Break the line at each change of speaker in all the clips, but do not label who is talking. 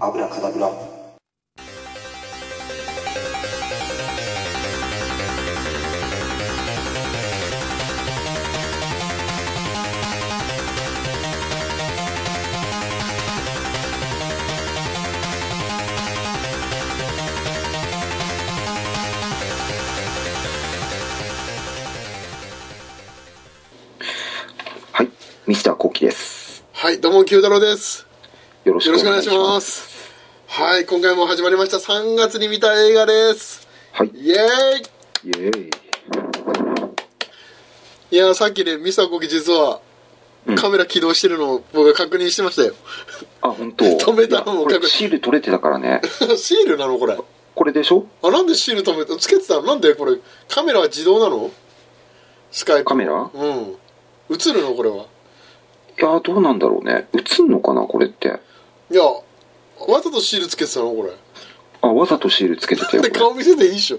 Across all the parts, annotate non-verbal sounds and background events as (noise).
アブラカダブラはいミスターコッキです
はい、どうも、九太郎です。
よろし
よ
くお
ろしくお
願い
願い
し
し
ま
ますす。はい、今回も始まりました。3月に見た映画です。
はい
イエー
イエーイ
イいやー、さっきね、ミサコキ実は
うん、
カメラ起動してるのを僕が確認してましたよ。 (laughs)
あ本当。
止めたのも
いやこれ
確認
シール取れてたからね
シールなのこれ。
これでしょ
あ、なんでシール止めたつけてたのなんでこれ、カメラは自動なのスカイプ。
カメラ
うん。映るのこれは。
いやーどうなんだろうね映んのかなこれって
いや、わざとシールつけてたのこれ。
あわざとシールつけてたよ
で、
これ
顔見せていいっしょ。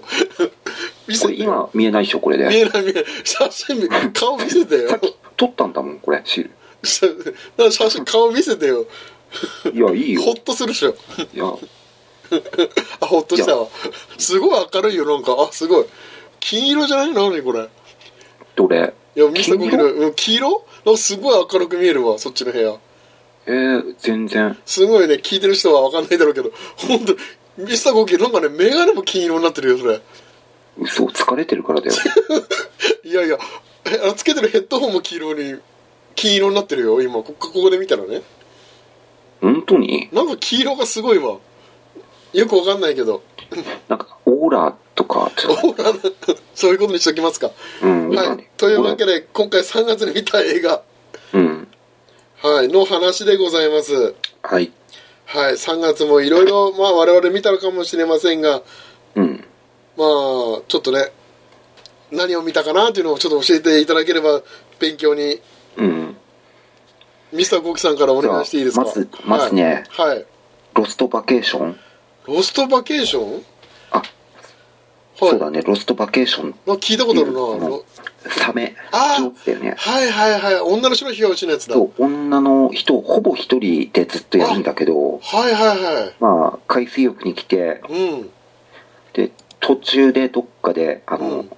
(laughs) 見せ
こ
て
れ。今見えないでしょこれ
見
で
えない見えない。写真見、顔見せてよ
さ。っき取ったんだもんこれシー
写なんか写真顔見せてよ
ルいやいいよ
ほっとするっしょ
いや
あほっとしたわすごい明るいよなんかあすごい金色じゃないの何これ
どれ
いや見せた
金色
うん黄色なんかすごい明るく見えるわそっちの部屋
えー、全然
すごいね聞いてる人は分かんないだろうけど本当ミスターゴキなんかね眼鏡も金色になってるよそれ
嘘疲れてる
(laughs)
からだよ
いやいやえあのつけてるヘッドホンも黄色に金色になってるよ今ここここで見たらね
本当に
なんか黄色がすごいわよく分かんないけど
なんかオーラとかちょっと
ほらそういうことにしときますか
うんオーラ
は
ね
い、というわけ
で
で今回3月に見た映画、
うん
はい、の話でございます、
はい
はい、3月もいろいろまあ我々見たのかもしれませんが
うん
まあちょっとね何を見たかなというのをちょっと教えていただければ勉強に
うん
ミスターコキさんからお願いしていいですか
じゃあまずまずね
はい、はい
ロストバケーション
ロストバケーション
あそうだ
はい
ねロストバケーション
なんか聞いたことあるな、
うん
ロ
サメ
あー
上手だよね
はいはいはい女の人の日が落ちのやつだは
そう女の人をほぼ一人でずっとやるんだけど
いはいはい
まあ海水浴に来て
うん
で途中でどっかであの、
うん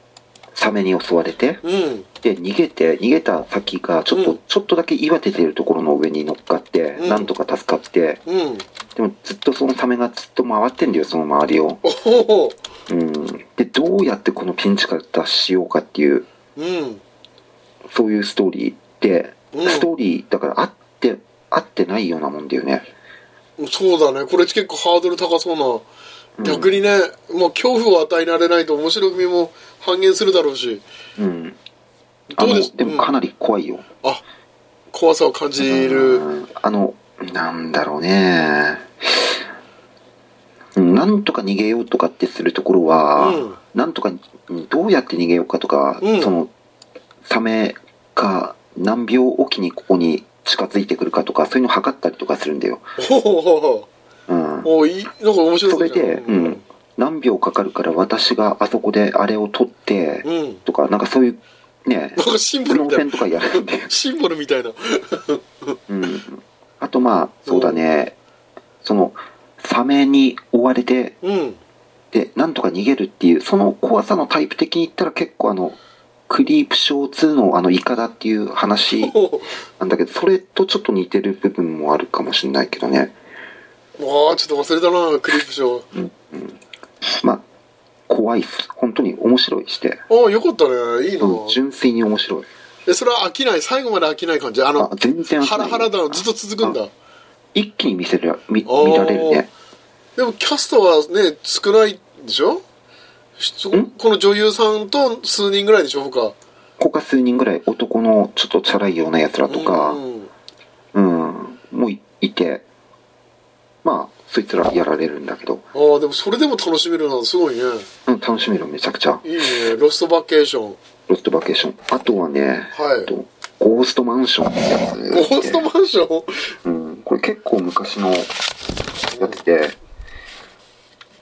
サメに襲われて
うん
で逃げて逃げた先がちょっと、
うん
ちょっとだけ岩出てるところの上に乗っかって、
うん
なんとか助かって
うん
でもずっとそのサメがずっと回ってんだよその周りを
おおー
うんでどうやってこのピンチから脱しようかっていう
うん
そういうストーリーで、
うん
ストーリーだから合って合ってないようなもんだよね
そうだねこれ結構ハードル高そうな逆にね、まあ、恐怖を与えられないと面白みも半減するだろうし
うんあ
どう
の
です
でもかなり怖いよ、
うんあ怖さを感じる、
うんあのなんだろうねうんなんとか逃げようとかってするところは、
うん
なんとかうんどうやって逃げようかとか、
うん
そのサメが何秒おきにここに近づいてくるかとかそういうのを測ったりとかするんだよ、
おお
うん、
おおいいなんか面白
そ
そう
れ
じゃん
で、うん、何秒かかるから私があそこであれを取って
うん、うん
とかなんかそういう
(laughs)
ね
なんかシンボ
ス
ル
ノ
み
ー
た
ペ
い
ン
な
とかやるんだよ
シンボルみたいな
うん、あとまあそうだね、そのサメに追われて
うん
でなんとか逃げるっていうその怖さのタイプ的に言ったら結構あのクリープショー2のあのイカダっていう話
おお
なんだけどそれとちょっと似てる部分もあるかもしれないけどね
わあちょっと忘れたなクリップショー
まあ怖いっす本当に面白いして、
ああよかったねいいな、
うん、純粋に面白い
えそれは飽きない最後まで飽きない感じあ
あ
の
全然
ハラハラだずっと続くんだ
一気に見せる見
あー
見られるね
でもキャストはね少ないでしょそこ
ん
の女優さんと数人ぐらいでしょ他
他数人ぐらい男のちょっとチャラいようなやつらとか、
う
う
ん
ん、もういいて、まあ、そいつらやられるんだけど、
ああでもそれでも楽しめるのはすごいね
うん、楽しめるめちゃくちゃ、
いいねロストバケーション
ロストバケーション。あとはね、
はい
(laughs) えっとゴーストマンションってやつで。
ゴーストマンション
うん、これ結構昔のやつで、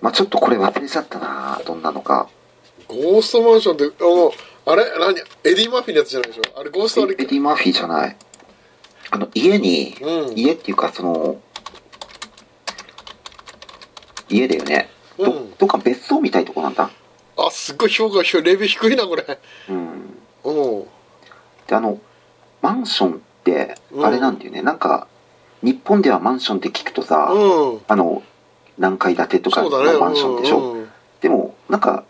まあちょっとこれ忘れちゃったなどんなのか。
ゴーストマンションってあもうあれ何エディ・マーフィーのやつじゃないでしょあれゴーストあれ
エディ・マーフィーじゃない。あの、家に、
うん
家っていうか、その、家だよね。ど、
うん
どっか別荘みたいとこなんだ。
あすっごい評価レベル低いなこれ
うん。
うん
で、あの、マンションって、あれなんだよね。なんか、日本ではマンションって聞くとさ、
うん
あの、何階建てとか
そ
の
うだね
マンションでしょ。
うんうん
でも、なんか、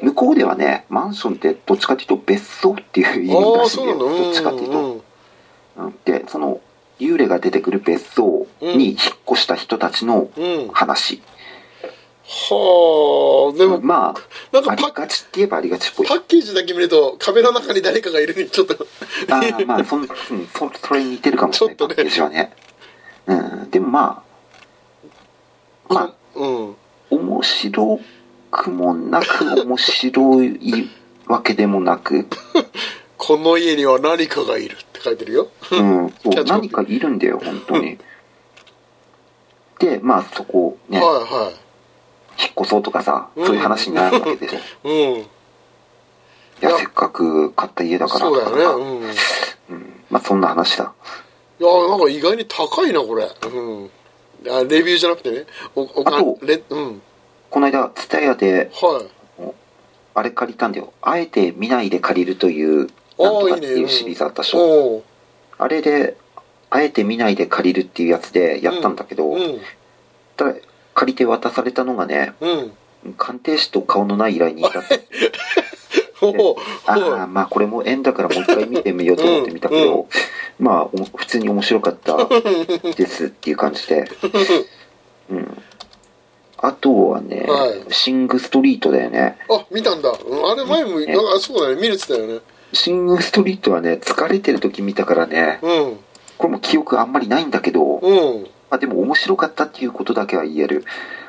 向こうではね、マンションってどっちかっていうと別荘っていう意味
あ
ら
あ
しい
そ
ん
う
だ
な
よ。
んだうん
どっちかっていうと。
うん
うんでその幽霊が出てくる別荘に引っ越した人たちの
うん
話、
はあでも
ま
なん
ああ
か
り
パッ
がちって言えばありがちっぽい
パッケージだけ見ると壁の中に誰かがいるにちょっと
あーまあそ,、うん、 (laughs) そそれに似てるかもしれない
ちょ
パ
っと
ッケ
ね
ージはね、うん、でもまあまあ
うん
面白くもなく面白いわけでもなく、
この家には何かがいるって書いてるよ
うん、
キ
そ
ャッ
う
チコ
何
ピー
かいるんだよ本当にでまあそこね
は
引っ越そうとかさそういう話になるわけでしょ
(laughs) いはいうん
いや、せっかく買った家だから
そうだよねうんい
うん。まあ、そんな話だ。
やなんか意外に高いなこれうんあレビューじゃなくてねおお
あと
金レうん
この間、ツタヤで、
はい
あれ借りたんだよ。あえて見ないで借りるという、
あ
なんと
ー
かっ
いい
て
ね
いうシリーズあったでしょ。
おう
あれで、あえて見ないで借りるっていうやつでやったんだけど、
うん
ただ、借りて渡されたのがね、
うん
鑑定士と顔のない依頼人だ
(laughs)
った。
おう
あ
は
あ、まあこれも縁だからもう一回見てみようと思って見たけど、まあお普通に面白かったですっていう感じ
(laughs)
で。うん。あとはね、
はい
シングストリートだよね。
いあ見たんだうんあれ前も
ね
なんかそうだね見れてたよね
シングストリートはね、疲れてる時見たからね、
うん
これも記憶あんまりないんだけど、
うん
まあでも面白かったっていうことだけは言える。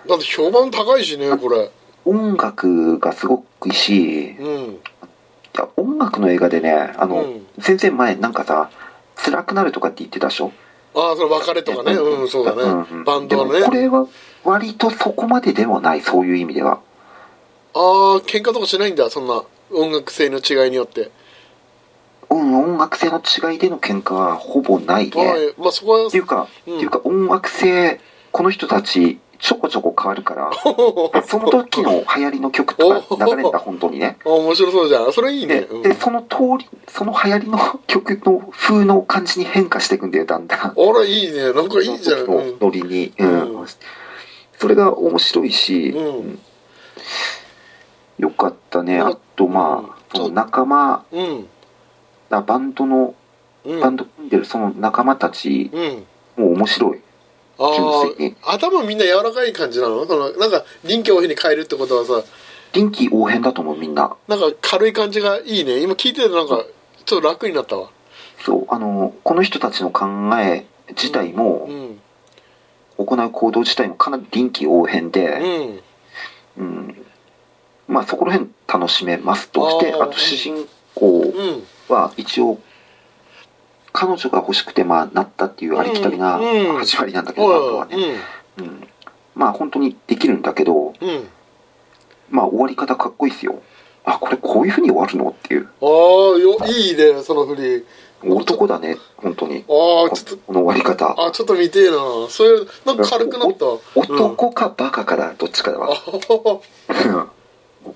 だって評判高いしねこれ
音楽がすごくいいし、い
うん
や音楽の映画でね、あの、
うん
全然前なんかさ、辛くなるとかって言ってたでしょ
ああそれ別れとかねうんそうだ
んう
ね
ん
バンドの
でも
ね
これは割とそこまででもないそういう意味では
ああ喧嘩とかしないんだそんな音楽性の違いによって、
うん音楽性の違いでの喧嘩はほぼないね
はいまあそこは
っていうか、
うん
っていうか音楽性この人たちちょこちょこ変わるから
(laughs)
その時の流行りの曲とか流れんだ本当にね
あ面白そうじゃんそれいいね
で
うん、
でその通りその流行りの (laughs) 曲の風の感じに変化していくんだよだんだん
あらいいねなんかいいじゃ
その
ん、
時
う
のノリに、うん
うん
それが面白いし、
うん
よかったね。
うん
あと、まあ、
うん
その仲間、
んうん
あバンドの、
うん
バンド組んでるその仲間たち、
うん
もう面白い。
あ
純粋に
あ頭みんな柔らかい感じなのそのなんか臨機応変に変えるってことはさ
臨機応変だと思う、みんな。
なんか軽い感じがいいね今聞いててなんかちょっと楽になったわ
そう、あの、この人たちの考え自体も
う、ん
行う行動自体もかなり臨機応変
う
で、
ん
うん。まあ、そこら辺楽しめますとして、
あー
あと、主人公
うん
は一応、彼女が欲しくて、まあ、なったっていうありきたりな
うんうん
始まりなんだけど、バンドは
おい
ね。うん。まあ、本当にできるんだけど、
うんうん
まあ終わり方かっこいいですよ。あ、これこういう風に終わるのっていう。
ああよいいねその振り
男だね、本当に。こ
ああちょっと
この終わり方。
あ、ちょっと見てえな。そういう、なんか軽くなった。
お男かバカかだ、どっちかだ
あは
わ。
は
うん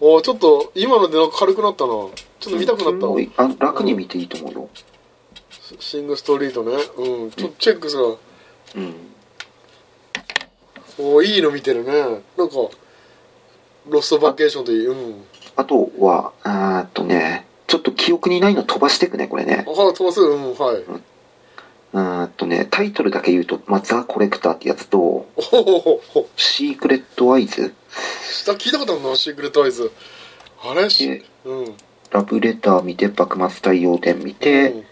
おちょっと、今のでなんか軽くなったな。ちょっと見たくな
(laughs)
ったわ。
あの楽に見ていいと思うよ。
シングストリートね。うん。ちょっとチェックするわ。
うん。
おいいの見てるね。なんか、ロストバケーションといい。うん。
あとは、あーっとね、ちょっと記憶にないの飛ばしていくね、これね
あ、。飛ばす。うん、はい。
うーんとね、タイトルだけ言うと、まあ、ザ・コレクターってやつと、
おほほほほ。
シークレット・アイズ、
下聞いたことあるな、シークレットアイズ。あれし
え、
うん。
ラブレター見て、幕末太陽伝見て、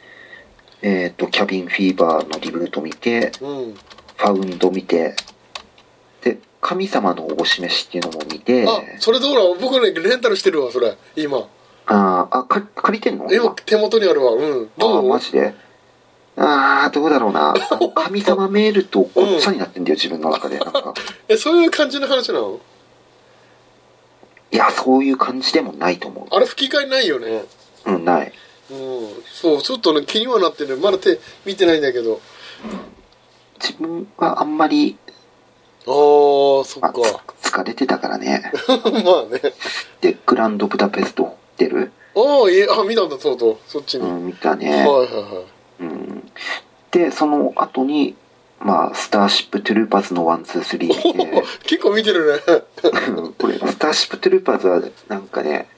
えーっと、キャビン・フィーバーのリブート見て、
うん。うん。
ファウンド見て、で、神様のおぼし飯っていうのも見て、
あ、それどうだ僕ね、レンタルしてるわ、それ。今。
あーあ、か借りてんの
今、手元にあるわ。う
あ
ん。
ー
ど
マ
う
ジで。ああ、どうだろうな。あの神様メールとごっちゃになってんだよ、自分の中で。なんか。
え、そういう感じの話なの
いや、そういう感じでもないと思
あれ吹き替えないよね。
う。うん、ない。
うん。そう、ちょっとね、気にはなってね、まだ手、見てないんだけど。
自分はあんまり、
ああ、ああ、そっ
ま
か
あ。つ疲れてたから
(laughs)
ね。
まあね。
で、グランドブダペストホテル、
ああ、いえ、あ、見たんだ、とうとう。そっちに。
う
はい
ん、見たね。
はいは
うん、で、その後に、まあ、スターシップトゥルーパーズのワン、ツー、スリー
い。
で、
結構見てるね。
うんこれ、スターシップトゥルーパーズは、なんかね、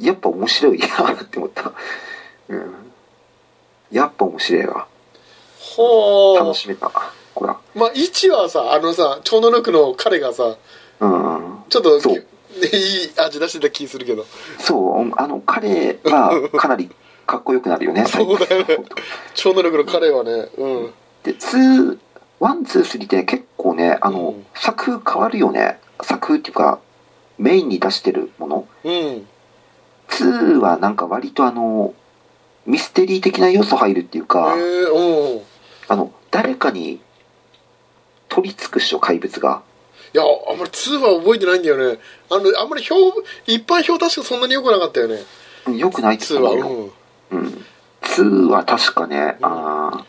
やっぱ面白いやって思った。うん。やっぱ面白いわ。
は
楽しめた。こら。
あ。まあ、1はさ、あのさ、超能力の彼がさ、
うん。
ちょっと、
そう
ねいい味出してた気するけど。
そう、あの、彼は、かなりかっこよくなるよね、最後。
(laughs) そうだよね超能力の彼はね、うん。
で、ツー、ワン、ツー、スリーって結構ね、あの、
うん
作風変わるよね。作風っていうか、メインに出してるもの。
うん。
2はなんか割とあの、ミステリー的な要素入るっていう
へ
か、
え、うん。い
あの、誰かに取り付くっしょ、怪物が。
や、あんまり2は覚えてないんだよね。あの、あんまり票、一般票確かそんなに良くなかったよね。
うんよくないって
2は。
う
う
よ。
ん。
うん。2は確かね、
うん
あー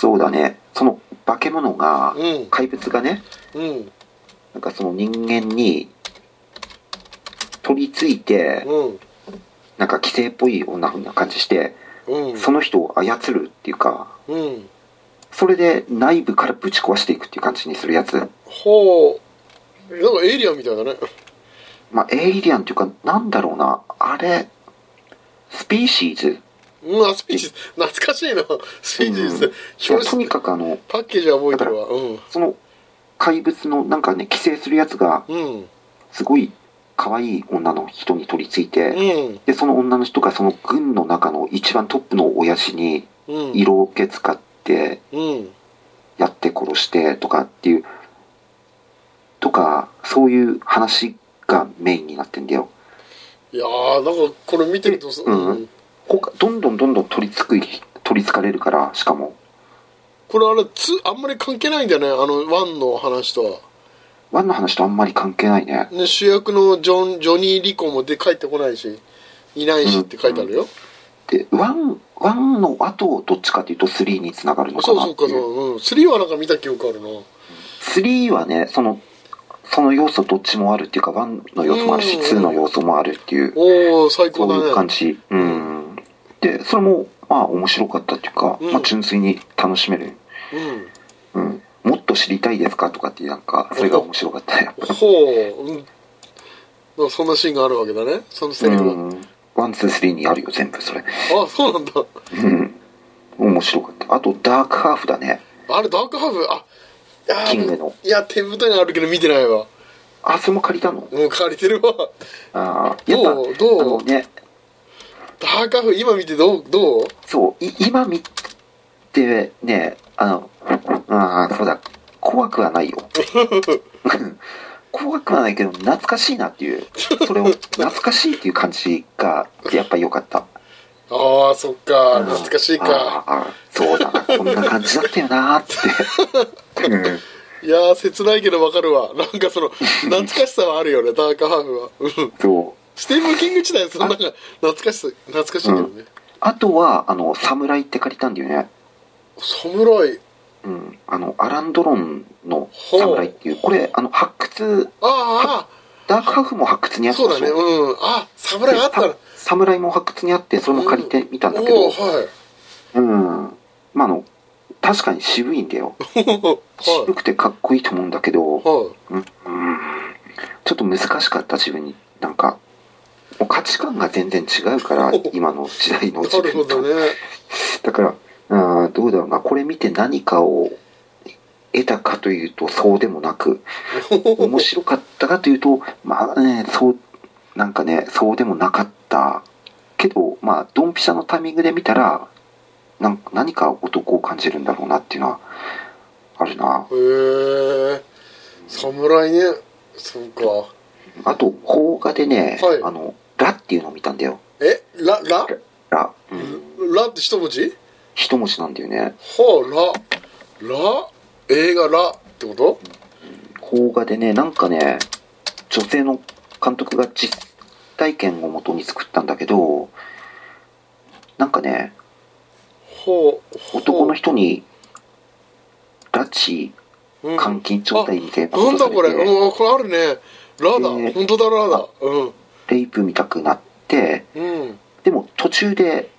そうだね、その化け物が、
うん。
怪物がね、
うん。
なんかその人間に取り付いて、
うん。
なんか規制っぽいような風な感じして、
うん。
その人を操るっていうか、
うん。
それで内部からぶち壊していくっていう感じにするやつ。
ほう。なんかエイリアンみたいだね。
まあ、エイリアンっていうか、なんだろうな、あれ、スピーシーズ。
うん、あ、スピーチ、懐かしいな。スピーチですね。
いや
表
とに
紙、
かくあの、
パッケージは覚えてるわ。うん。
その、怪物のなんかね、寄生するやつが、
うん。
すごい可愛い女の人に取り付いて、
うん。
で、その女の人がその軍の中の一番トップの親父に
うん。
色気使って、
うん。
やって殺してとかっていう、とか、そういう話がメインになってんだよ。
いやー、なんかこれ見てるとさ、
うん他どんどんどんどん取り付く、取り付かれるから、しかも。
これあれ、つ、あんまり関係ないんだよね。あの、ワンの話とは。
ワンの話とあんまり関係ないね。
ね、主役のジョン、ジョニー・リコもで帰ってこないし、いないしって書いてあるよ。
で、ワン、ワンの後、どっちかというと3につながるのか
そう
な
そ
っ
う
てい。
か、そうう。うん。3はなんか見た記憶あるな。
3はね、その、その要素どっちもあるっていうか、ワンの要素もあるし、
うん
2の要素もあるっていう、
おー、最
そ
高
ういう
だ
感
ね。
じ。うん。で、それも、まあ、面白かったっていうか、
うん
まあ、純粋に楽しめる。
うん。
うん。もっと知りたいですかとかっていう、なんか、それが面白かったよ。
ほう、うん、まあそんなシーンがあるわけだねそのセ
う
リフが、
ん。ワン、ツー、スリーにあるよ、全部、それ。
あそうなんだ
うん。面白かった。あと、ダークハーフだね。
あれダークハーフあいやー
キングの
いや手元にあるけど見てないわ
あ、それも借りたの
もう借りてるわ
ああ、やっぱ、
どうどう
あのね、
ダークハーフ今見てどうどう
そう、い今見てね、あの、ああ、そうだ、怖くは
(laughs)
ないよ。怖くはないけど、懐かしいなっていう、それを懐かしいっていう感じが、やっぱ良かった。
ああそっか懐かしい
あ
か
あああ、そうだな、こんな感じだったよな
(laughs)
って。うん
いやー切ないけどわかるわなんか
(laughs)
その懐かしさはあるよねダークハーフは (laughs) うん
そう。
スティーブン・キング時代そんな懐かしさ懐かしいけどね、
あとは、あの、侍って借りたんだよね。
侍
うん。あの、アランドロンの侍っていう、これ、あの、発掘、
あー
ダークハーフも発掘に
あ
あっ
ー
たでし
そ
ょ
うだねうんあ侍あったな
さ侍も発掘にあってそれも借りてみたんだけ
お
ど
おーはい
うん、まああの確かに渋いんだよ渋くてかっこいいと思うんだけど、
は
うん、ちょっと難しかった自分になんかもう価値観が全然違うから
お
今の時代の
い。な
自
るほ
分と、
どね。
だからあーどうだろうなこれ見て何かを得たかというとそうでもな
(laughs)
く面白かったかというとまあねそうなんかねそうでもなかったけどまあドンピシャのタイミングで見たらなんか何か男を感じるんだろうなっていうのはあるな
へえ。侍ね。そうか。
あと邦画でね、
はい
あの「ラ」っていうのを見たんだよ
え、ラ、ラ
「ラ」うん
ラって一文字
一文字なんだよね
はあ、ラ。ラ映画ラってこと
邦画でねなんかね女性の監督が実体験をもとに作ったんだけどなんかね
ほう、ほう
男の人に拉致
うん
監禁状態みたいな
なんだ
さ
これ、
れて、
うん、あこれあるねラだ、
えー
本当だラだうん
レイプみたくなって、
うんはい
でも途中で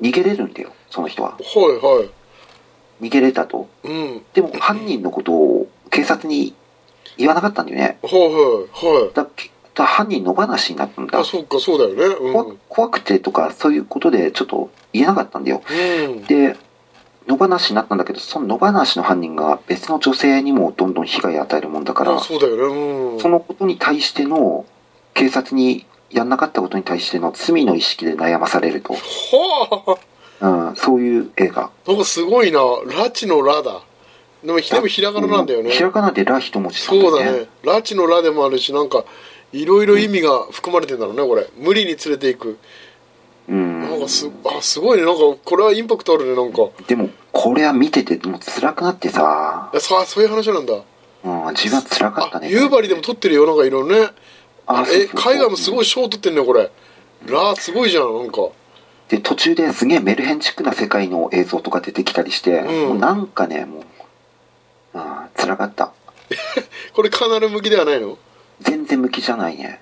逃げれるんだよ、その人は。
はい
逃げれたと。
うんはい
でも犯人のことを警察に言わなかったんだよね。
はいはい
だけだ犯人野放しになったんだ
あ。そっかそうだよねうん
怖怖くてとかそういうことでちょっと言えなかったんだよ。
うん
で野放しになったんだけどその野放しの犯人が別の女性にもどんどん被害を与えるもんだから
あそうだよねうん
そのことに対しての警察にやんなかったことに対しての罪の意識で悩まされると、
は
うん、そういう映画
あなんかすごいなラチのラだでもひでもひらがななんだよね
うひらがなで「ら」一文字なんだよ
そうだね拉致の「ら」でもあるしなんかいろいろ意味が含まれてんだろうねこれ無理に連れていく
うん
なんかすあすごいねなんかこれはインパクトあるねなんか
でもこれは見ててもう辛くなってさ、
あさあそういう話なんだ
うん、自分は辛かった
あ
ね
夕張でも撮ってるよなんかいろいろね
あそうそう
え海外もすごい賞取ってんねこれラすごいじゃんなんか
で途中ですげえメルヘンチックな世界の映像とか出てきたりして、
うん
もうなんかねもうあー辛かった
これカナル向きではないの
全然向きじゃないね、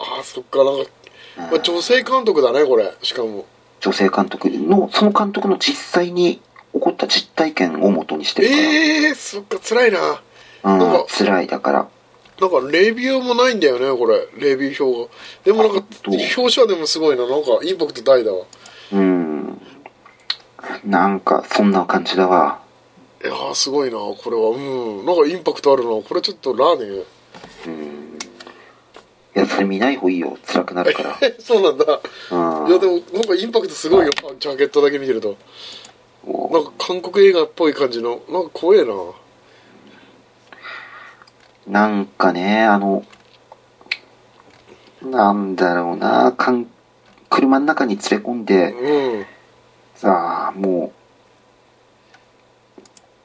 あそっかなんか、
うん
まあ、女性監督だねこれしかも
女性監督のその監督の実際に起こった実体験を元にしてるから、
ええー、そっか辛いななん
う
か
ん、辛いだから
なんかレビューもないんだよねこれレビュー表がでもなんか
あどう
表紙はでもすごいななんかインパクト大だわ
うんなんかそんな感じだわ
いやーすごいなこれはうんなんかインパクトあるなこれちょっとラーね
うんいやそれ見ない方がいいよ辛くなるから
えそうなんだ
うん
いやでもなんかインパクトすごいよジャケットだけ見てるとなんか韓国映画っぽい感じのなんか怖えな
なんかね、あの、なんだろうな、かん車の中に連れ込んで、
うん
さあ、も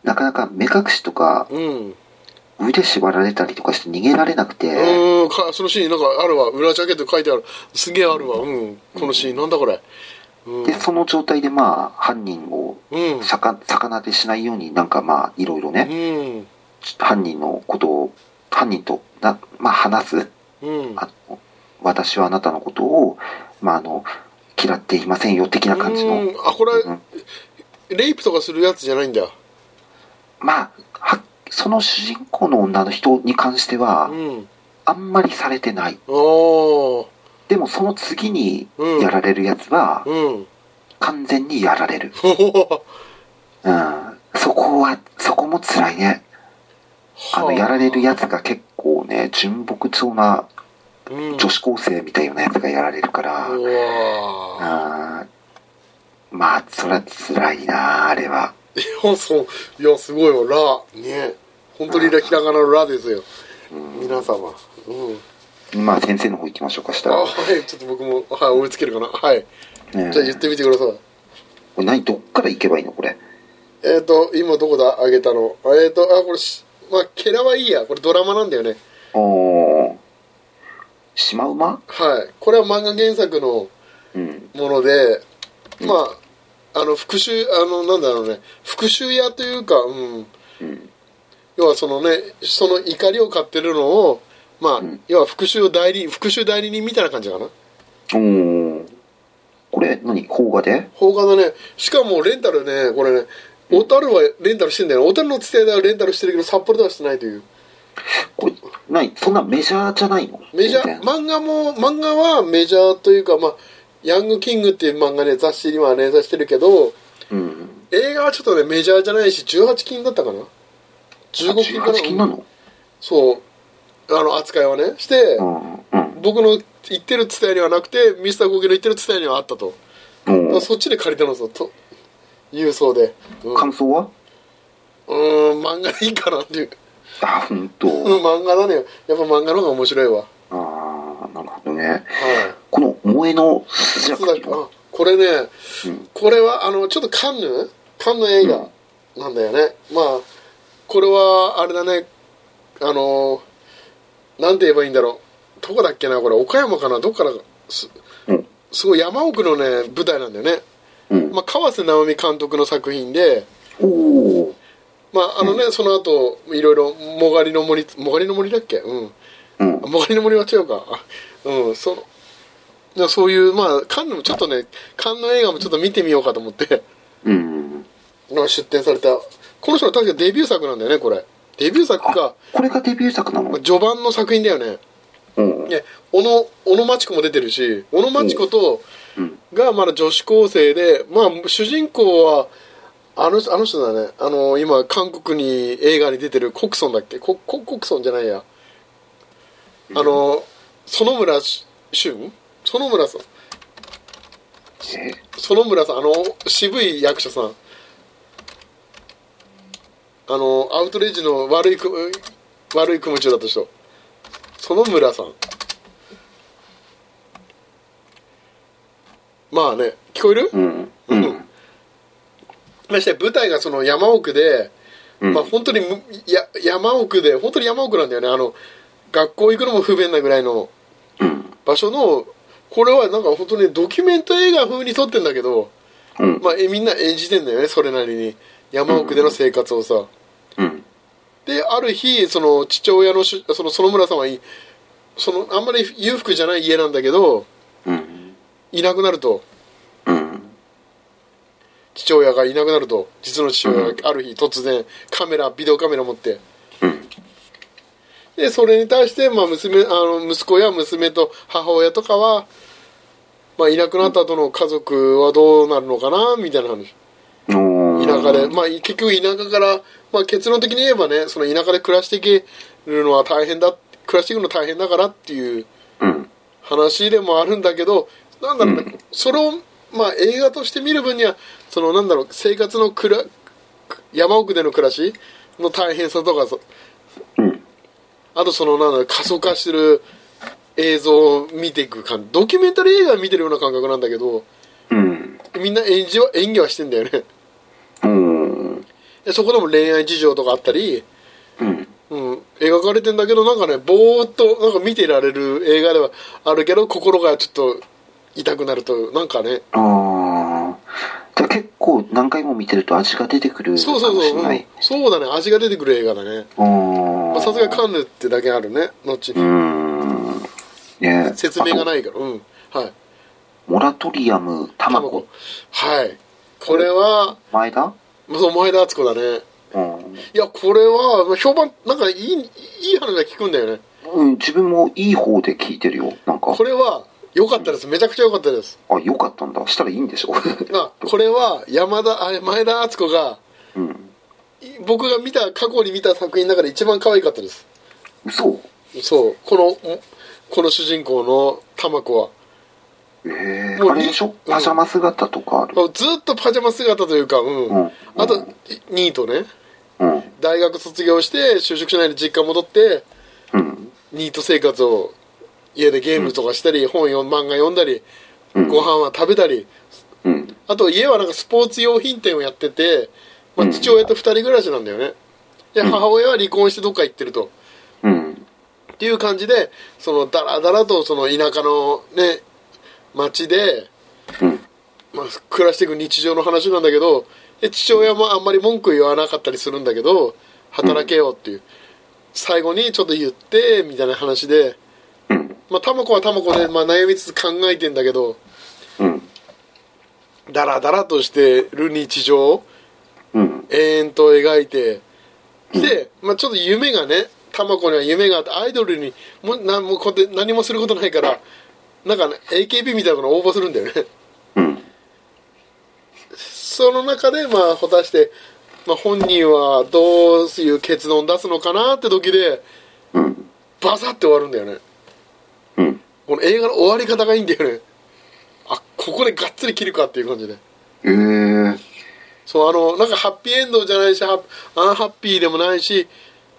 う、なかなか目隠しとか、
うん
腕縛られたりとかして逃げられなくて、
うんかそのシーンなんかあるわ裏ジャケット書いてあるすげえあるわうんこのシーンなんだこれうん
で、その状態でまあ、犯人を
うん
さか逆立てしないように、なんかまあ、いろいろね、
うん
犯人のことを、犯人とな、まあ、話す。
うん
あの私はあなたのことを、まあ、あの嫌っていませんよ的な感じの、
うんあこれ
うん
レイプとかするやつじゃないんだ
まあはその主人公の女の人に関しては、
うん
あんまりされてない
ああ
でもその次に
うん
やられるやつは、
うん (laughs)
完全にやられる、
は
うん、そこはそこも辛いねあのやられるやつが結構ね純朴そうな
女
女子高生みたいなやつがやられるから、
うわ
あーまあそりゃ辛いなあれは
ーいやそういやすごいよラね本当にひらがなのラですよ皆様うん
まあ先生の方行きましょうかした
あ
ら、
はいちょっと僕もはい追いつけるかなはい
ね
じゃあ言ってみてください
これ何どっから行けばいいのこれ
えっ、ー、と今どこだあげたのえっ、ー、とあこれしまあケラはいいやこれドラマなんだよね
おーシマウマ
はいこれは漫画原作の
うん
ものでまああの復讐あのなんだろうね復讐屋というかうん
うん
要はそのねその怒りを買ってるのをまあ、
ん
要は復讐代理復讐代理人みたいな感じかな
おーこれ何邦画で
邦画だねしかもレンタルねこれね小樽はレンタルしてんだよね小樽のツテではレンタルしてるけど札幌ではしてないという
これ何そんなメジャーじゃないの
メジャ
全
ー
然
漫画も漫画はメジャーというかまあヤングキングっていう漫画ね雑誌には連載してるけど
うん
映画はちょっとねメジャーじゃないし18禁だったかな15禁かな
18禁なの
そうあの扱いはねして、
うんうん
僕の言ってる伝えにはなくてミスターゴキの言ってる伝えにはあったと、
おー
そっちで借りたのさと郵送でうん
感想は
うーん漫画でいいかなっていう、
あ本
う
当
ん、漫画だねやっぱ漫画の方が面白いわは
あーなるほどね
い
この萌えのスジャ
そうだっけ
ク
あこれね、
うん
これはあのちょっとカンヌカンヌ映画なんだよね、まあこれはあれだねあのなんて言えばいいんだろうどこだっけなこれ岡山かなどっからす
うん
すごい山奥のね舞台なんだよね
うん
まあ、川瀬直美監督の作品で
おお
まああのね、その後いろいろ「もがりの森」「もがりの森」だっけうん
うん
あ。もがりの森は違うかあうんそのじゃあそういうまあカンヌもちょっとねカンヌ映画もちょっと見てみようかと思って
うん。
まあ出展されたこの人の確かデビュー作なんだよねこれデビュー作か
あ、これがデビュー作なの
まあ序盤の作品だよね
うん。
ね小野小野真知子も出てるし小野真知子と
うん。
がまだ女子高生で、まあ、主人公はあのあの人だねあの今韓国に映画に出てるコクソンだっけコココクソンじゃないやあの、園村し俊園村さん
え
園村さんあの渋い役者さんあのアウトレイジの悪いく悪い雲中だった人園村さんまあね聞こえる、
うん。うん。
まして舞台がその山奥で、
うん
まあ本当にむや山奥で本当に山奥なんだよねあの学校行くのも不便なぐらいの
うん。
場所のこれはなんか本当にドキュメント映画風に撮ってんだけど、
うん。
(laughs) まあ、えみんな演じてんだよねそれなりに山奥での生活をさ、
うん。
である日その父親のしその園村さんはいそのあんまり裕福じゃない家なんだけど
うん。
いなくなると
うん。
父親がいなくなると実の父親
う
がある日突然カメラビデオカメラ持って
うん。
でそれに対して、まあ、娘あの息子や娘と母親とかは、まあ、いなくなった後の家族はどうなるのかなみたいな話
おー
田舎で、まあ、結局田舎から、まあ、結論的に言えばねその田舎で暮らしていけるのは大変だ暮らしていくの大変だからっていう
うん。
話でもあるんだけどなんだろうね、それを、まあ、映画として見る分にはそのなんだろう生活のくら山奥での暮らしの大変さとかそ
うん。
あとそのなんだろう過疎化してる映像を見ていく感じドキュメンタリー映画見てるような感覚なんだけど
うん。
みんな演じは演技はしてんだよね
うん。
でそこでも恋愛事情とかあったり、
うん。
うん、描かれてんだけどなんかねぼーっとなんか見てられる映画ではあるけど心がちょっと痛くなるとなんかね
ああ。じゃあ結構何回も見てると味が出てくるか
そ
も
うそう
し
そう、
れ
う
なんい。、
そうだね味が出てくる映画だね
あ
まあ
ー
さすがカンヌってだけあるね後
う
に
ん。ね
説明が
い。
ないからうんはい
モラトリアム、卵
卵。はいこれは
前田
まあそう前田敦子だね
うん。
いやこれはまあ評判なんかいいいい話が聞くんだよね
うん、自分もいい方で聞いてるよ。なんか
こ、れは良かったですめちゃくちゃ良かったです
あ、よかったんだ。したらいいんでしょ。 (laughs)
なこれは山田あ前田敦子が
うん。
い僕が見た過去に見た作品の中で一番可愛かったです
嘘
そうこのこの主人公の玉子は
ええ
もう
あれでしょ
うん
パジャマ姿とかある。
ずっとパジャマ姿というかうん、
うん
あといニートね
うん。
大学卒業して就職しないで実家戻って
うん。
ニート生活を家でゲームとかしたり、本読ん漫画読んだり、
うん
ご飯は食べたり
うん。
あと家はなんかスポーツ用品店をやってて、まあ、
うん
父親と2人暮らしなんだよねで母親は離婚してどっか行ってると
うん。
っていう感じでそのだらだらとその田舎のね町で、
うん。
まあ、暮らしていく日常の話なんだけどで父親もあんまり文句言わなかったりするんだけど働けよっていう、最後にちょっと言ってみたいな話で、
うん。
まあ、タマコはタマコで、まあ、悩みつつ考えてんだけど
うん。
ダラダラとしてる日常を
うん。
永遠と描いてで、まあ、ちょっと夢がねタマコには夢があってアイドルにもうなもうこうやって何もすることないからなんか、ね、AKB みたいなの応募するんだよね
うん。
その中でまあ果たして、まあ、本人はどういう結論を出すのかなって時で
うん。
バサッて終わるんだよね
うん。
この映画の終わり方がいいんだよねあここでがっつり切るかっていう感じで
ええ
そうあのなんかハッピーエンドじゃないしハッアンハッピーでもないし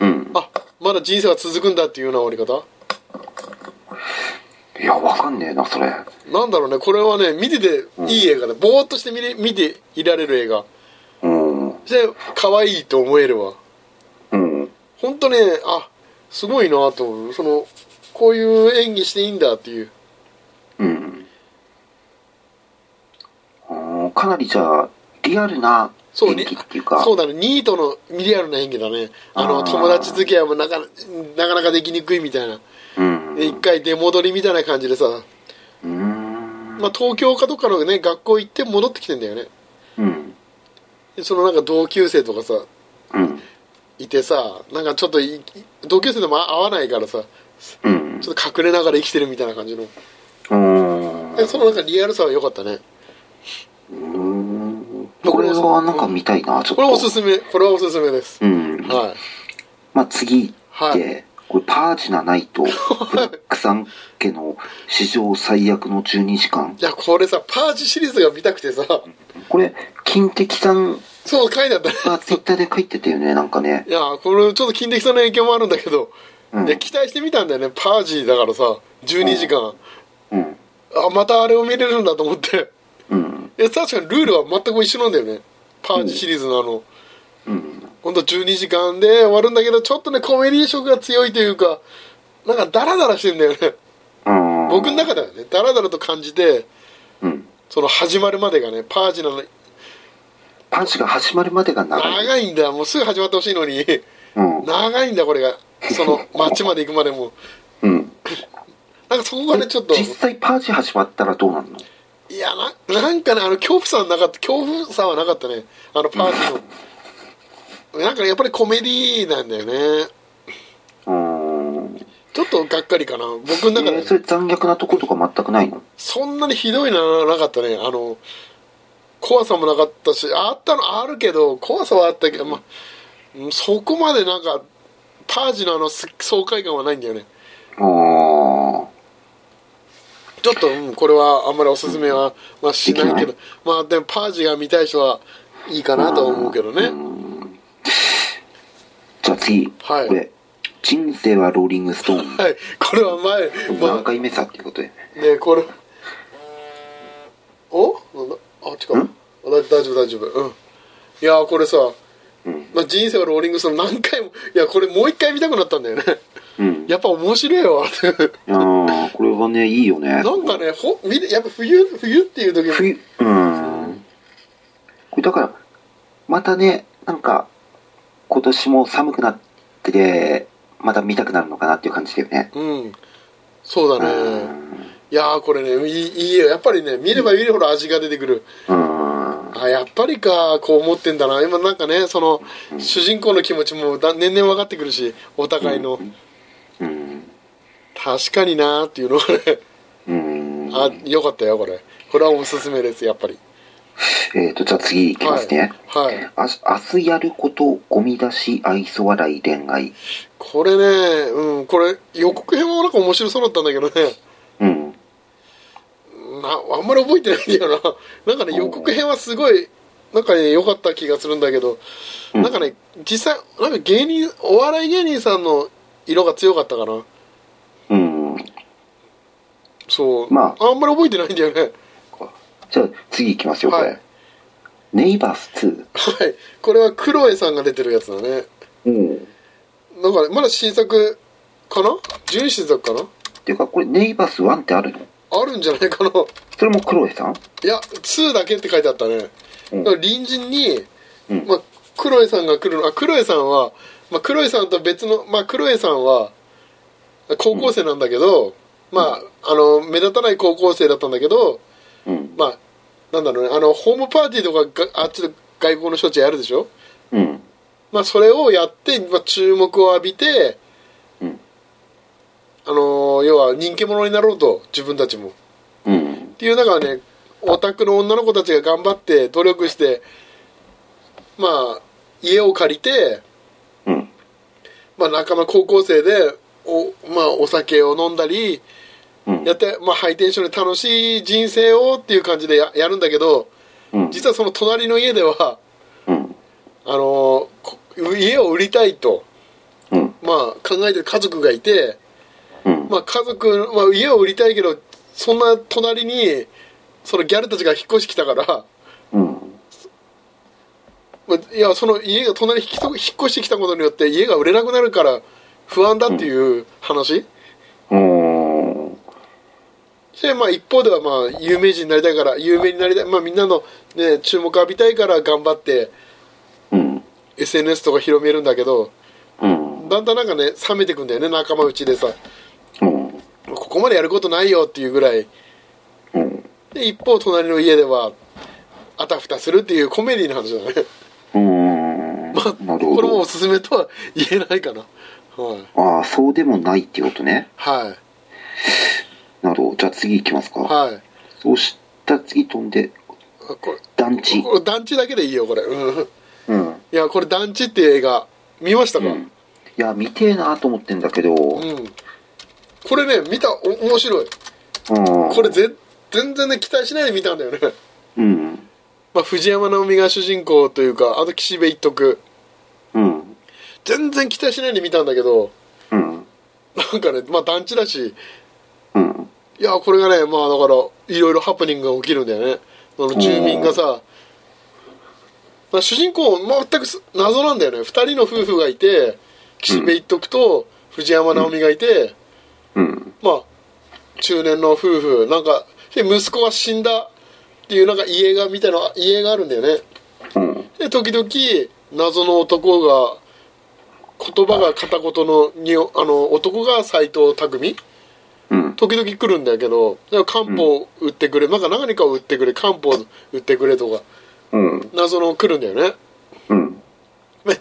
うん。
あまだ人生は続くんだっていうような終わり方
いや、わかんねえな、それ。
なんだろうねこれはね見てていい映画で、ぼーっとして見れ見ていられる映画
うん。う
そして可愛いと思えるわ
ん。
本当ねあすごいなと思うそのこういう演技していいんだっていう
うん。うんかなりじゃあ、リアルな
そう
演技
に
っていうか
そうだねニートのミリアルな演技だねあの
あー
友達付き合いもなかななかなかできにくいみたいな
うん
で一回出戻りみたいな感じでさ、
うーん
まあ、東京かどっかのね学校行って戻ってきてんだよね
うん
でそのなんか同級生とかさ
うん
いてさなんかちょっとい同級生でも会わないからさ
うん
ちょっと隠れながら生きてるみたいな感じの
うーん
でそのなんかリアルさは良かったね
うーんこれはなんか見たいなちょっと
これおすすめこれはおすすめです、
うん
はい
まあ次って、
はい
これパージナナイトブラックさん家の史上最悪の12時間
いやこれさパージシリーズが見たくてさ
これ金敵さん
そう書いてあったね (laughs)
がツイッターで書いてたよねなんかね
いやこれちょっと金的さんの影響もあるんだけど、
うん
で期待してみたんだよねパージーだからさ12時間、
うん
あまたあれを見れるんだと思って
うん
え確かにルールは全く一緒なんだよねパージシリーズのあの、
うん
ほんと12時間で終わるんだけどちょっとねコメディ色が強いというかなんかダラダラしてんだよね
あー
僕の中ではねダラダラと感じて
うん
その始まるまでがねパージなの
パンチが始まるまでが長い
長いんだもうすぐ始まってほしいのに
うん
長いんだこれがその街まで行くまでも
うん
なんかそこがねちょっと
実際パージ始まったらどうなるの
いやななんかねあの恐怖さはなかった恐怖さはなかったねあのパーティーのなんかやっぱりコメディなんだよね
うーん
ちょっとがっかりかな僕の中
え
で
ーそれ残虐なとことか全くないの
そんなにひどいのはなかったねあの怖さもなかったしあったのあるけど怖さはあったけど、まあ、うんそこまでなんかパージのあのす爽快感はないんだよね
あ
ちょっと、うん、これはあんまりおすすめは、まあ、しないけどまあでもパージが見たい人はいいかなとは思うけどね
あじゃあ次、
はい
これ「人生はローリングストーン」
はい、これは前、
何
(laughs) ま
回目さっていうことで
あ、ね、これ。お、なんだ、あ、違う。あだ大丈夫、大丈夫、うん。いやー、これさ、
うん
まあ、人生はローリングストーン何回も、いや、これもう一回見たくなったんだよね。
うん
やっぱ面白いわ。
ああこれはねいいよね
(laughs) なんかね、ほ、見るやっぱ冬、冬っていう時に。
冬うんこれだからまたねなんか今年も寒くなっててまた見たくなるのかなっていう感じだよね
うん。そう
う
だね。
ん
いやー、これね、いい、いいよ。やっぱりね、見れば見るほど味が出てくる。
うん
あやっぱりかこう思ってんだな今なんかねその主人公の気持ちもだ年々分かってくるしお互いの
うん
確かになーっていうのがね
うん
あよかったよこれこれはおすすめですやっぱり
えーとじゃあ次いきますね、
はいはい
あ明日やることゴミ出し愛想笑い恋愛
これねうんこれ予告編もなんか面白そうだったんだけどね
うん
なあんまり覚えてないんだよな (laughs) なんかね予告編はすごいなんかね良かった気がするんだけど
うん
なんかね実際なんか芸人お笑い芸人さんの色が強かったかな
うん
そう、
ま
あんまり覚えてないんだよね (laughs)
じゃあ次いきますよこれ、
はい
ネイバース
はい、これはクロエさんが出てるやつだね
2うんっ
なんかねまだ新作かな12新作かな
ていうかこれネイバース1ってあるの
あるんじゃないかな
それもクロエさん
いや2だけって書いてあったね、
うん
だから隣人に、
うん
まあ、クロエさんが来るのあクロエさんは、まあ、クロエさんと別の、まあ、クロエさんは高校生なんだけど、まああの目立たない高校生だったんだけど
うん
まあなんだろうねあのホームパーティーとかがあっちで外交の処置やるでしょ
うん
まあ、それをやって、まあ、注目を浴びて、
うん
あのー要は人気者になろうと自分たちもっ
うん
ていう中でねオタクの女の子たちが頑張って努力してまあ家を借りて、
うん
まあ、仲間高校生でお,、まあ、お酒を飲んだり
うん
やって、まあ、ハイテンションで楽しい人生をっていう感じでややるんだけど
うん
実はその隣の家では
うん
あのーこ家を売りたいと、
うん
まあ、考えてる家族がいて。
うん
まあ、家族、まあ、家を売りたいけどそんな隣にそのギャルたちが引っ越してきたから、
うん
まあ、いやその家が隣に引きと引っ越してきたことによって家が売れなくなるから不安だっていう話、
うん
でまあ、一方ではまあ有名人になりたいから有名になりたい、まあ、みんなの、ね、注目浴びたいから頑張って SNS とか広めるんだけど
うん。
だんだんなんかね冷めてくんだよね仲間内でさ
うん。
ここまでやることないよっていうぐらい
うん。
で一方隣の家ではあたふたするっていうコメディの話だね
うん。
まあ
なる
こ
ほ
れもお
ど。
すすめとは言えないかなはい
ああ、そうでもないってことね。
はい
なるほど。じゃあ次行きますか。
はい
そうしたら次飛んで、
あこれ
団地。
これ団地だけでいいよこれうん
うん。
いやこれ団地っていう映画見ましたか、
うん。いや、見てえなと思ってんだけど、うん。
うん、これね見たお面白いこ
こ
れぜ全然ね期待しないで見たんだよね (laughs)
うん。
まあ藤山直美が主人公というかあと岸辺一徳
うん。
全然期待しないで見たんだけど
うん。
なんかねまあ団地だし
うん。
いやこれがねまあだからいろいろハプニングが起きるんだよねその住民がさまあ主人公全くす謎なんだよね2人の夫婦がいて岸辺一徳と藤山直美がいて、
うん。
まあ中年の夫婦なんかで息子が死んだっていうなんか家がみたいな家があるんだよね
うん。
で時々謎の男が言葉が片言のにおあの男が斎藤匠
うん。
時々来るんだけどだから漢方売ってくれ、なんか何かを売ってくれ漢方売ってくれとか
うん。
謎の来るんだよね
うん。
で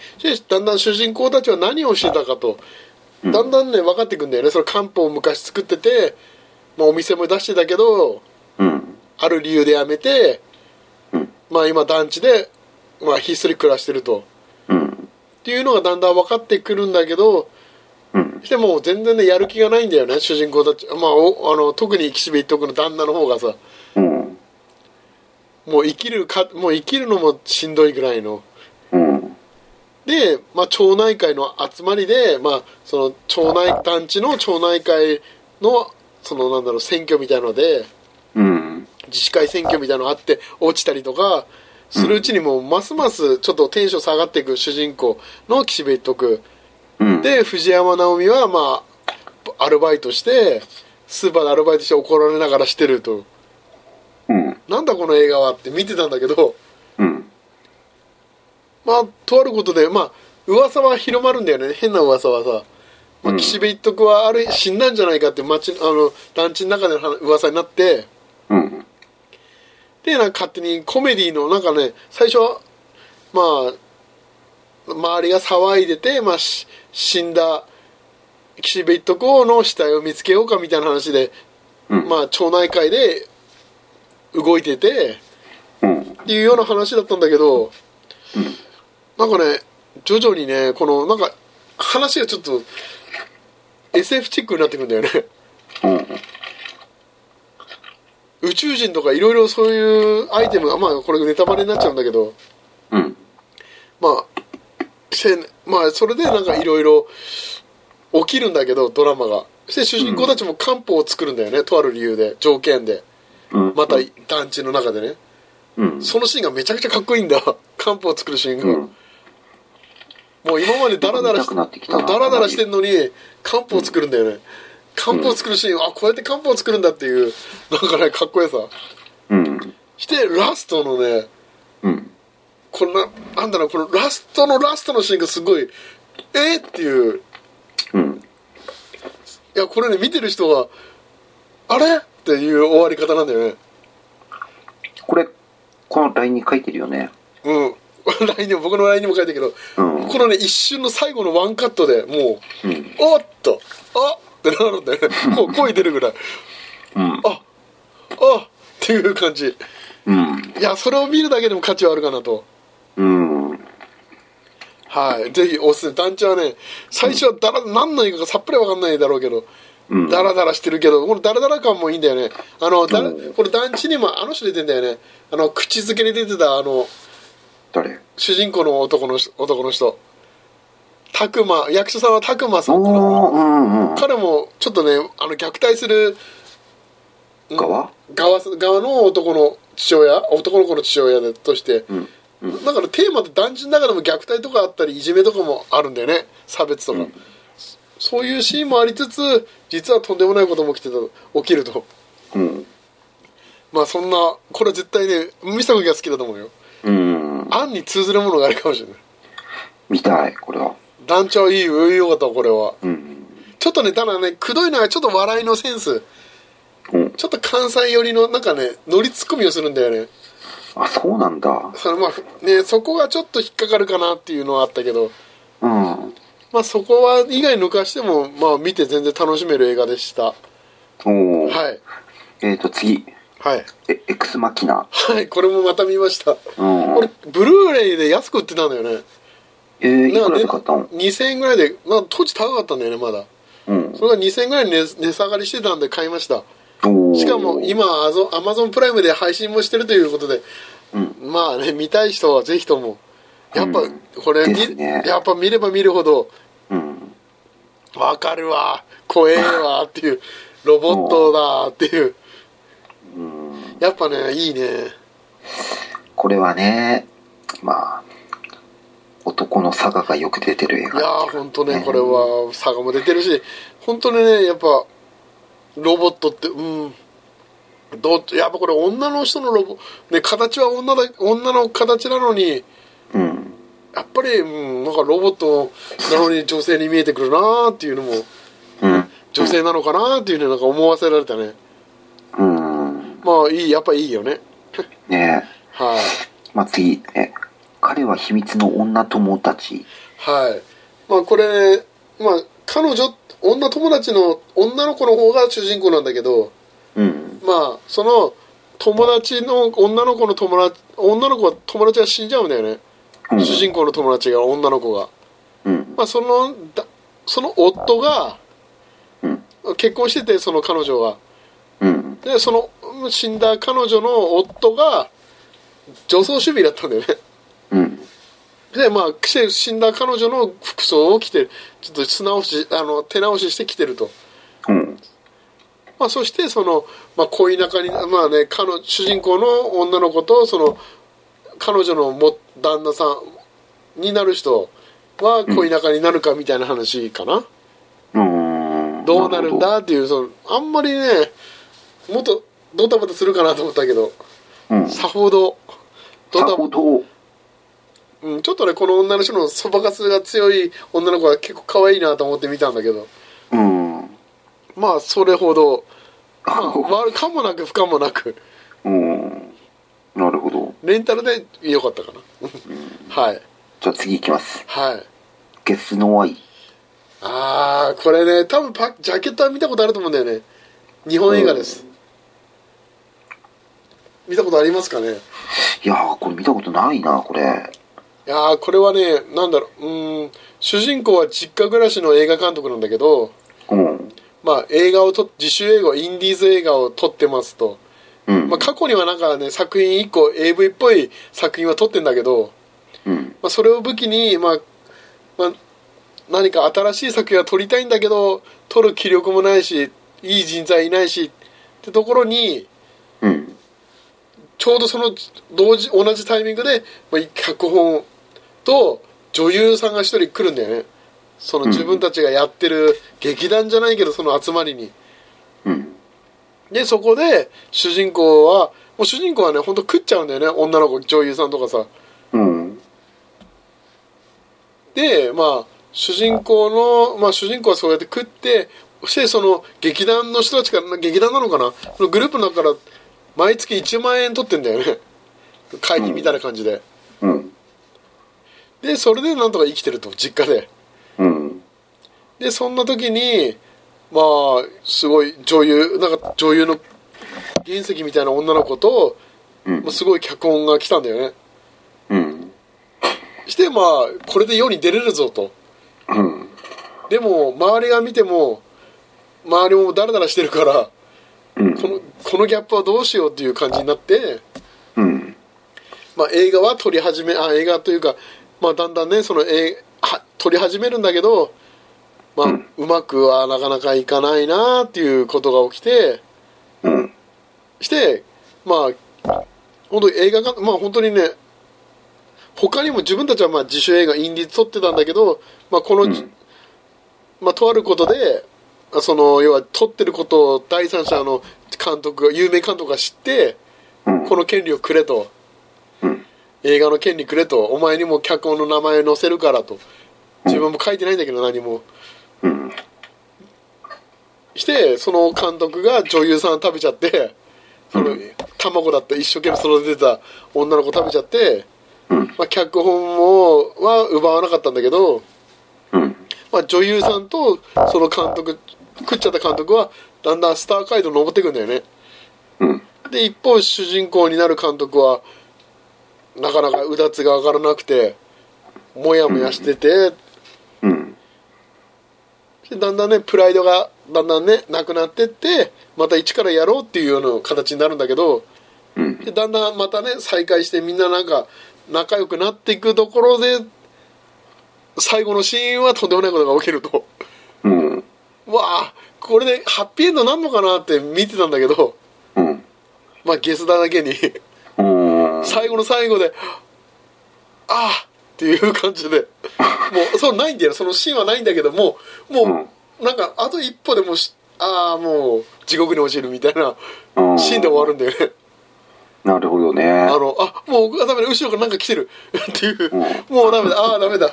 だんだん主人公たちは何をしてたか
う
と、
ん
だんだんね分かってくんだよねそれ漢方を昔作ってて、まあ、お店も出してたけど
うん。
ある理由で辞めて、
うん
まあ今団地で、まあ、ひっそり暮らしてると
うん。
っていうのがだんだん分かってくるんだけど
うん。
してもう全然ねやる気がないんだよね主人公たち、まあ、おあの特に岸辺一徳の旦那の方がさ
うん。
もう生きるかもう生きるのもしんどいぐらいの
うん。
で、まあ、町内会の集まりで、まあ、その町内団地の町内会のそのなんだろう選挙みたいので
うん。
自治会選挙みたいなのあって落ちたりとかするうちにもうますますちょっとテンション下がっていく主人公の岸辺一徳
うん。
で藤山直美はまあアルバイトしてスーパーでアルバイトして怒られながらしてると
うん。
なんだこの映画はって見てたんだけど
うん。
まあとあることでまあ噂は広まるんだよね変な噂はさ、まあ、
うん
岸辺一徳はある死んだんじゃないかって町あの団地の中での話噂になって
うん。
でなんか勝手にコメディのなんかね最初はまあ周りが騒いでて、まあ、し死んだ岸辺一徳の死体を見つけようかみたいな話で、
うん。
まあ、町内会で動いてて
うん。
っていうような話だったんだけど、なんかね徐々にねこのなんか話がちょっと SF チックになってくるんだよね (laughs)
うん。
宇宙人とかいろいろそういうアイテムがまあこれネタバレになっちゃうんだけど
うん。
まあ、せんまあ、それでなんかいろいろ起きるんだけど、ドラマが。そして主人公たちも漢方を作るんだよね、とある理由で、条件で。
うん。
また団地の中でね。
うん。
そのシーンがめちゃくちゃかっこいいんだ。漢方を作るシーンが。
うん。
もう今までダラダラ
見たくなってきたな
ダラダラしてんのに、漢方を作るんだよね。漢方を作るシーン、あ、こうやって漢方を作るんだっていう、なんかね、かっこよさ。
うん。
して、ラストのね、
うん。
このな、なんだろう、このラストのラストのシーンがすごい、えー、っていう、
うん。
いやこれね見てる人があれっていう終わり方なんだよね
これ、このラインに書いてるよね。
うん (laughs) LINE でも僕の LINE にも書いたけど、
うん
このね一瞬の最後のワンカットでも
う
う、
ん
おっとあってなるんだよね
(laughs)
こう声出るぐらい
うん。
ああっていう感じ
うん。
いやそれを見るだけでも価値はあるかなと
うん。
はいぜひおすすめ団地はね最初はだら何の映画かさっぱりわかんないだろうけど
うん。
ダラダラしてるけどこのダラダラ感もいいんだよねあのだら
うん
これ団地にもあの人出てんだよねあの口づけに出てたあの
誰
主人公の男の人男の人拓磨役者さんは拓磨さん
おー、うんうん。
彼もちょっとねあの虐待する
側
側側の男の父親男の子の父親でとして、
うん。うん。
だからテーマって団地の中でも虐待とかあったりいじめとかもあるんだよね差別とか、
うん
そそういうシーンもありつつ実はとんでもないことも起きてた起きると。
うん。
まあそんなこれは絶対ね見た時が好きだと思うよ
うん。
案に通ずるものがあるかもしれない
見たい、これは。
団長いいよよかったこれは
うん。
ちょっとねただねくどいのはちょっと笑いのセンス
うん、
ちょっと関西寄りのなんかねノリツッコミをするんだよね
あ、そうなんだ。
そのまあねそこがちょっと引っかかるかなっていうのはあったけど
うん。
まあそこは以外抜かしてもまあ見て全然楽しめる映画でしたは
おお、
い
えっ、と、次。
はい
え、エクスマキナ。
はいこれもまた見ました
うん
こ。れブルーレイで安く売ってたんだよね
えー、い
な
く
ん
ら
で
で買ったの
2000円ぐらいで、まあ、当時高かったんだよねまだ
うん。
それが2000円ぐらいに値値下がりしてたんで買いました
おー
しかも、今アゾアマゾンプライムで配信もしてるということで
うん。
まあね見たい人はぜひともやっぱ
うん
これ、
で
み
すね
やっぱ見れば見るほど
うん。
わかるわ怖えわっていうロボットだっていう
うん。
やっぱねいいね
これはね、まあ、男の佐賀がよく出てる映
いや
画。
ーほんとねこれは差がも出てるし本当にねやっぱロボットってうんどうやっぱこれ女の人のロボ、ね、形は女だ女の形なのに
うん。
やっぱり、うん、なんかロボットなのに女性に見えてくるなーっていうのも
うん。
女性なのかなーっていうのなんか思わせられたね
うん。
まあいいやっぱいいよね
ねえ。
はい、
まあ、次。え、彼は秘密の女友達。
はいまあこれ、まあ彼女女友達の女の子の方が主人公なんだけど
うん。
まあその友達の女の子の友達女の子は友達が死んじゃうんだよね
うん
主人公の友達が女の子が
うん。
まあそのだその夫が
うん。
結婚しててその彼女が
うん。
でそのうん死んだ彼女の夫が女装趣味だったんだよね (laughs)
うん。
でまあして死んだ彼女の服装を着てちょっと素直しあの手直しして着てると、
うん。
まあ、そしてその、まあ、恋仲にまあね彼女主人公の女の子とその彼女のも旦那さんになる人は恋仲になるかみたいな話かな、
うん。
どうなるんだっていうそのあんまりねもっとドタバタするかなと思ったけど
なるほどうん。
さほどド
さ
タ
ほど。
うん、ちょっとねこの女の人のそばかすが強い女の子は結構可愛いなと思って見たんだけど
うん。
まあそれほど、まあ、悪かもなく不可もなく
うん。なるほど。
レンタルで良かったかなはい
じゃあ次行きます。
はい
ゲスの愛。
ああこれね多分パジャケットは見たことあると思うんだよね日本映画です、見たことありますかね
いやー、これ見たことないな、これ。
いやーこれはねなんだろううーん主人公は実家暮らしの映画監督なんだけど
うん。
まあ映画をと自主映画インディーズ映画を撮ってますと
うん。
まあ、過去にはなんかね作品1個 AV っぽい作品は撮ってんだけど、
うん。
まあ、それを武器に、まあまあ、何か新しい作品は撮りたいんだけど撮る気力もないしいい人材いないしってところに
うん。
ちょうどその同時同じタイミングで、まあ、脚本と女優さんが一人来るんだよねその
うん
自分たちがやってる劇団じゃないけどその集まりに
うん。
でそこで主人公はもう主人公はね本当食っちゃうんだよね女の子女優さんとかさ
うん。
でまあ主人公の、まあ、主人公はそうやって食ってそしてその劇団の人たちから劇団なのかなそのグループの中から毎月1万円取ってんだよね会議みたいな感じで、
うん。
でそれでなんとか生きてると実家で
うん。
でそんな時にまあすごい女優なんか女優の原石みたいな女の子と、
うん
まあ、。すごい脚本が来たんだよね
うん。
してまあこれで世に出れるぞと
うん。
でも周りが見ても周りもダラダラしてるから
うん
このこのギャップはどうしようっていう感じになって、
うん。
まあ、映画は撮り始めあ映画というか、まあ、だんだんねその映は撮り始めるんだけど、まあ
うん
うまくはなかなかいかないなっていうことが起きて
うん。
してまあ本当に映画がまあ本当にね他にも自分たちはまあ自主映画インディーズ撮ってたんだけど、まあ、この、
うん
まあ、とあることであその要は撮ってることを第三者の監督が有名監督が知って
うん。
この権利をくれと
うん。
映画の権利くれとお前にも脚本の名前載せるからと自分も書いてないんだけど何も
うん。
してその監督が女優さん食べちゃってその卵だった一生懸命育ててた女の子食べちゃって、
うん。
まあ、脚本もは奪わなかったんだけど、
うん。
まあ、女優さんとその監督食っちゃった監督はだんだんスター街道登ってくんだよね
うん。
で一方主人公になる監督はなかなかうだつが上がらなくてモヤモヤしてて、
うん。
でだんだんねプライドがだんだんねなくなってってまた一からやろうっていうような形になるんだけど
うん。
でだんだんまたね再会してみんななんか仲良くなっていくところで最後のシーンはとんでもないことが起きると (laughs)
うん。
わあこれでハッピーエンドなんのかなって見てたんだけど
うん。
まあゲスだだけに
うん。
最後の最後でああっていう感じでもうそうないんだよそのシーンはないんだけどもうもうなんかあと一歩でもうしああもう地獄に落ちるみたいな
うん
シーンで終わるんだよね
なるほどね。
あの、あ、もう、あダメだ、後ろからなんか来てる。っていう
うん、
もうダメだ、ああ、ダメだ。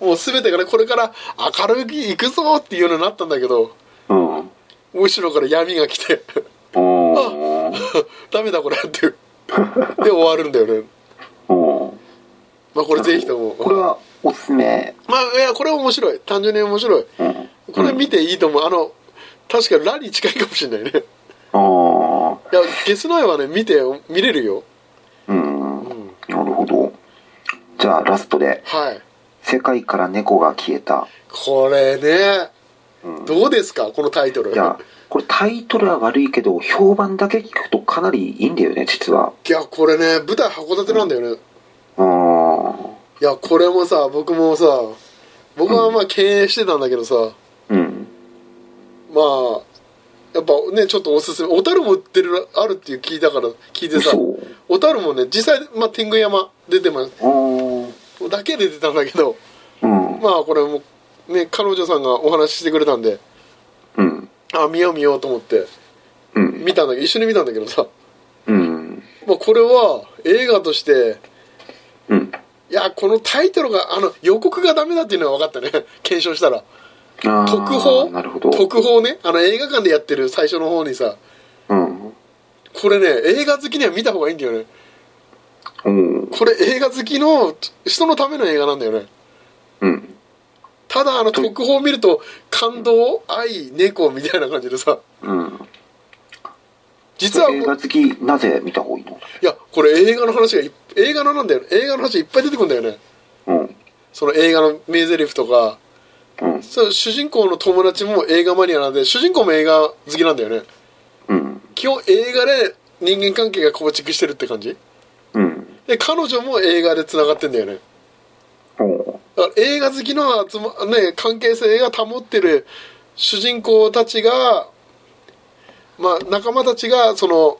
もう全てがね、これから明るく行くぞっていうようになったんだけど、
うん。うん。
後ろから闇が来て、
うん。
ダメだこれっていう。で、終わるんだよね。まあこれぜひとも。
これはおすすめ。
まあ、いや、これは面白い。単純に面白い。
うん。
これ見ていいと思う。あの、確かラに近いかもしれないね。
ああ。
いや、ゲスの絵はね、見て、見れるよ。
うん。
うん。
なるほど。じゃあラストで、
はい。
世界から猫が消えた。
これね、
うん
どうですかこのタイトル。
いや、これタイトルは悪いけど、評判だけ聞くとかなりいいんだよね、実は。
いやこれね舞台函館なんだよね、い
うん。
やこれもさ僕もさ僕はまあ経営してたんだけどさ、
うん。
まあやっぱねちょっとおすすめ小樽も売ってるあるっていう聞いたから聞いてさ
そう。
小樽もね実際、まあ、天狗山出てます
うん。
だけで出てたんだけど
うん。
まあこれもね彼女さんがお話ししてくれたんで
うん。
あ見よう見ようと思って
うん。
見たんだけど一緒に見たんだけどさ、
うん。
まあ、これは映画として
うん。
いやこのタイトルがあの予告がダメだっていうのは分かったね検証したら
あー
特報
なるほど。
特報ねあの映画館でやってる最初の方にさ
うん。
これね映画好きには見た方がいいんだよね
うん。
これ映画好きの人のための映画なんだよね
うん。
ただあの特報を見ると感動愛猫みたいな感じでさ
うん。
実はこ
映画好き、なぜ見た方がいいの
いやこれ映画の話がい映画のなんだよね映画の話いっぱい出てくるんだよね
うん。
その映画の名台詞とか
うん。
そう主人公の友達も映画マニアなんで主人公も映画好きなんだよね
うん。
基本映画で人間関係が構築してるって感じ
うん。
で彼女も映画でつながってんだよね
お
だから映画好きの集、まね、関係性が保ってる主人公たちが、まあ、仲間たちがその、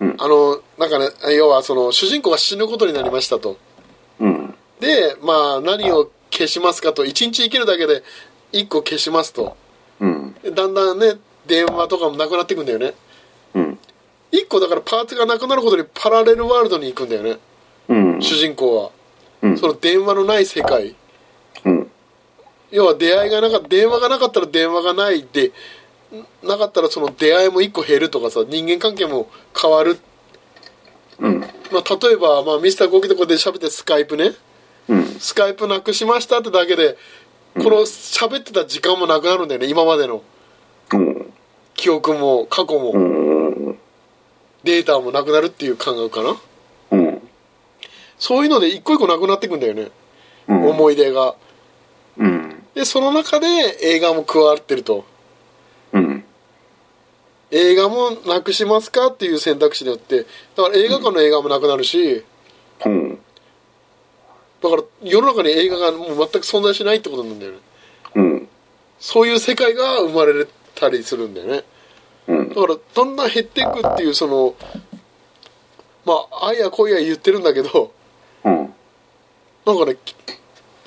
うん
あのなんかね要はその主人公が死ぬことになりましたと
うん。
で、まあ、何を消しますかと1日生きるだけで1個消しますと
うん。
でだんだんね電話とかもなくなってくんだよね
うん。
1個だからパーツがなくなることにパラレルワールドに行くんだよね
うん。
主人公は、
うん
その電話のない世界
うん。
要は出会いがなかった電話がなかったら電話がないでんなかったらその出会いも1個減るとかさ人間関係も変わる、
うん。
まあ、例えば、まあ、ミスターゴキとこで喋ってスカイプね
うん。
スカイプなくしましたってだけでこの喋ってた時間もなくなるんだよね今までの
うん。
記憶も過去も
うん。
データもなくなるっていう感覚かな
うん。
そういうので一個一個なくなってくんだよね
うん。
思い出が
うん。
でその中で映画も加わってると
うん。
映画もなくしますかっていう選択肢によってだから映画館の映画もなくなるし、
うん。
だから世の中に映画がもう全く存在しないってことなんだよね
うん。
そういう世界が生まれたりするんだよね
うん
だ。からだんだん減っていくっていうそのまあ愛や恋や言ってるんだけど
うん。
なんかねき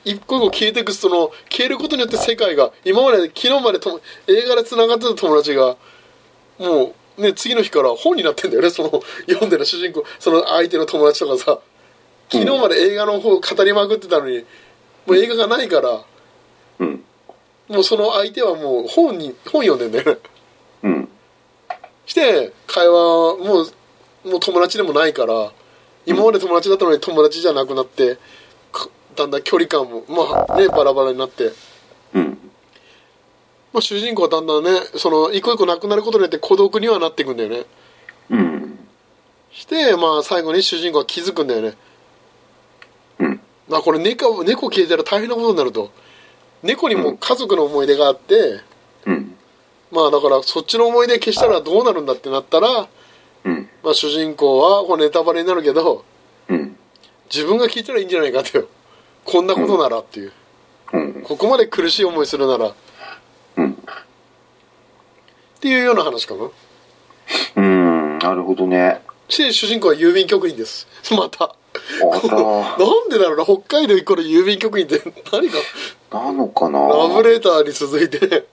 一個一個消えていくその消えることによって世界が今まで昨日までとも映画でつながってた友達がもうね、次の日から本になってんだよね、その、読んでる主人公、その相手の友達とかさ、昨日まで映画の方語りまくってたのに、もう映画がないから、
うん
もうその相手はもう本に、本読んでんだよね。
うん
して、会話、もう、もう友達でもないから、今まで友達だったのに友達じゃなくなって、かだんだん距離感も、まあね、バラバラになって、
うん
まあ主人公はだんだんね、その、一個一個なくなることによって孤独にはなっていくんだよね。
うん
して、まあ、最後に主人公は気づくんだよね。
うん
まあ、これ猫、猫消えたら大変なことになると。猫にも家族の思い出があって、
うん
まあ、だから、そっちの思い出消したらどうなるんだってなったら、
うん
まあ、主人公は、これネタバレになるけど、
うん
自分が聞いたらいいんじゃないかってよ。こんなことならっていう。
うん
ここまで苦しい思いするなら。
う
っ
ん
ていうような話かな。
うんなるほどね
して、主人公は郵便局員です。また。
あら
なんでだろうな、北海道イコール郵便局員って何か。
なのかな
ラブレーターに続いてね、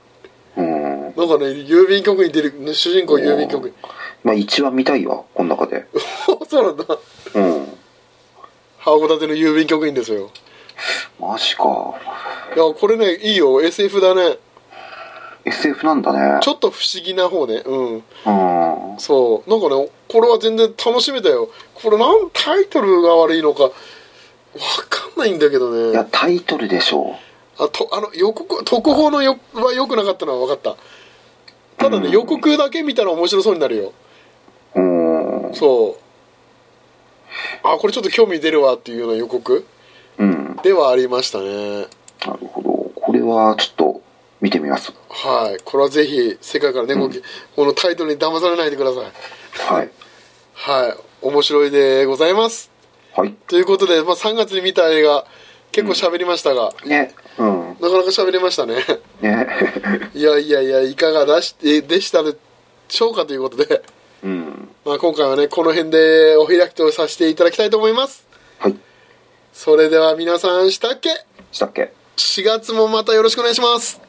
うん
なんかね、郵便局に出る、ね主人公郵便局に。
まあ一番見たいわこの中で
そうなんだ。
うん
函館の郵便局員ですよ。
マジか
いや、これね、いいよ、SF だね。
SF なんだね
ちょっと不思議な方ね。うん。
うん
そう。なんかね、これは全然楽しめたよ。これなん、タイトルが悪いのか、わかんないんだけど
い
ね
や。タイトルでしょ
あ、と、あの、予告、特報のよは良くなかったのは分かった。ただね、
うん
予告だけ見たら面白そうになるよ。
ううん
そう。あ、これちょっと興味出るわっていうような予告
うん
ではありましたね。
なるほどこれはちょっと見てみます
はい。これはぜひ、世界からね、ごきこのタイトルに騙されないでください。
はい
はい。面白いでございます。
はい
ということで、まあ、3月に見た映画、結構喋りましたが、
ねうん
なかなか喋れましたね。 (laughs)
ね (laughs)
いやいやいや、いかがだしえでしたでしょうかということで、 (laughs)
うん
まあ、今回はね、この辺でお開きとさせていただきたいと思います。
はい
それでは皆さん、したっけ
したっけ
?4 月もまたよろしくお願いします。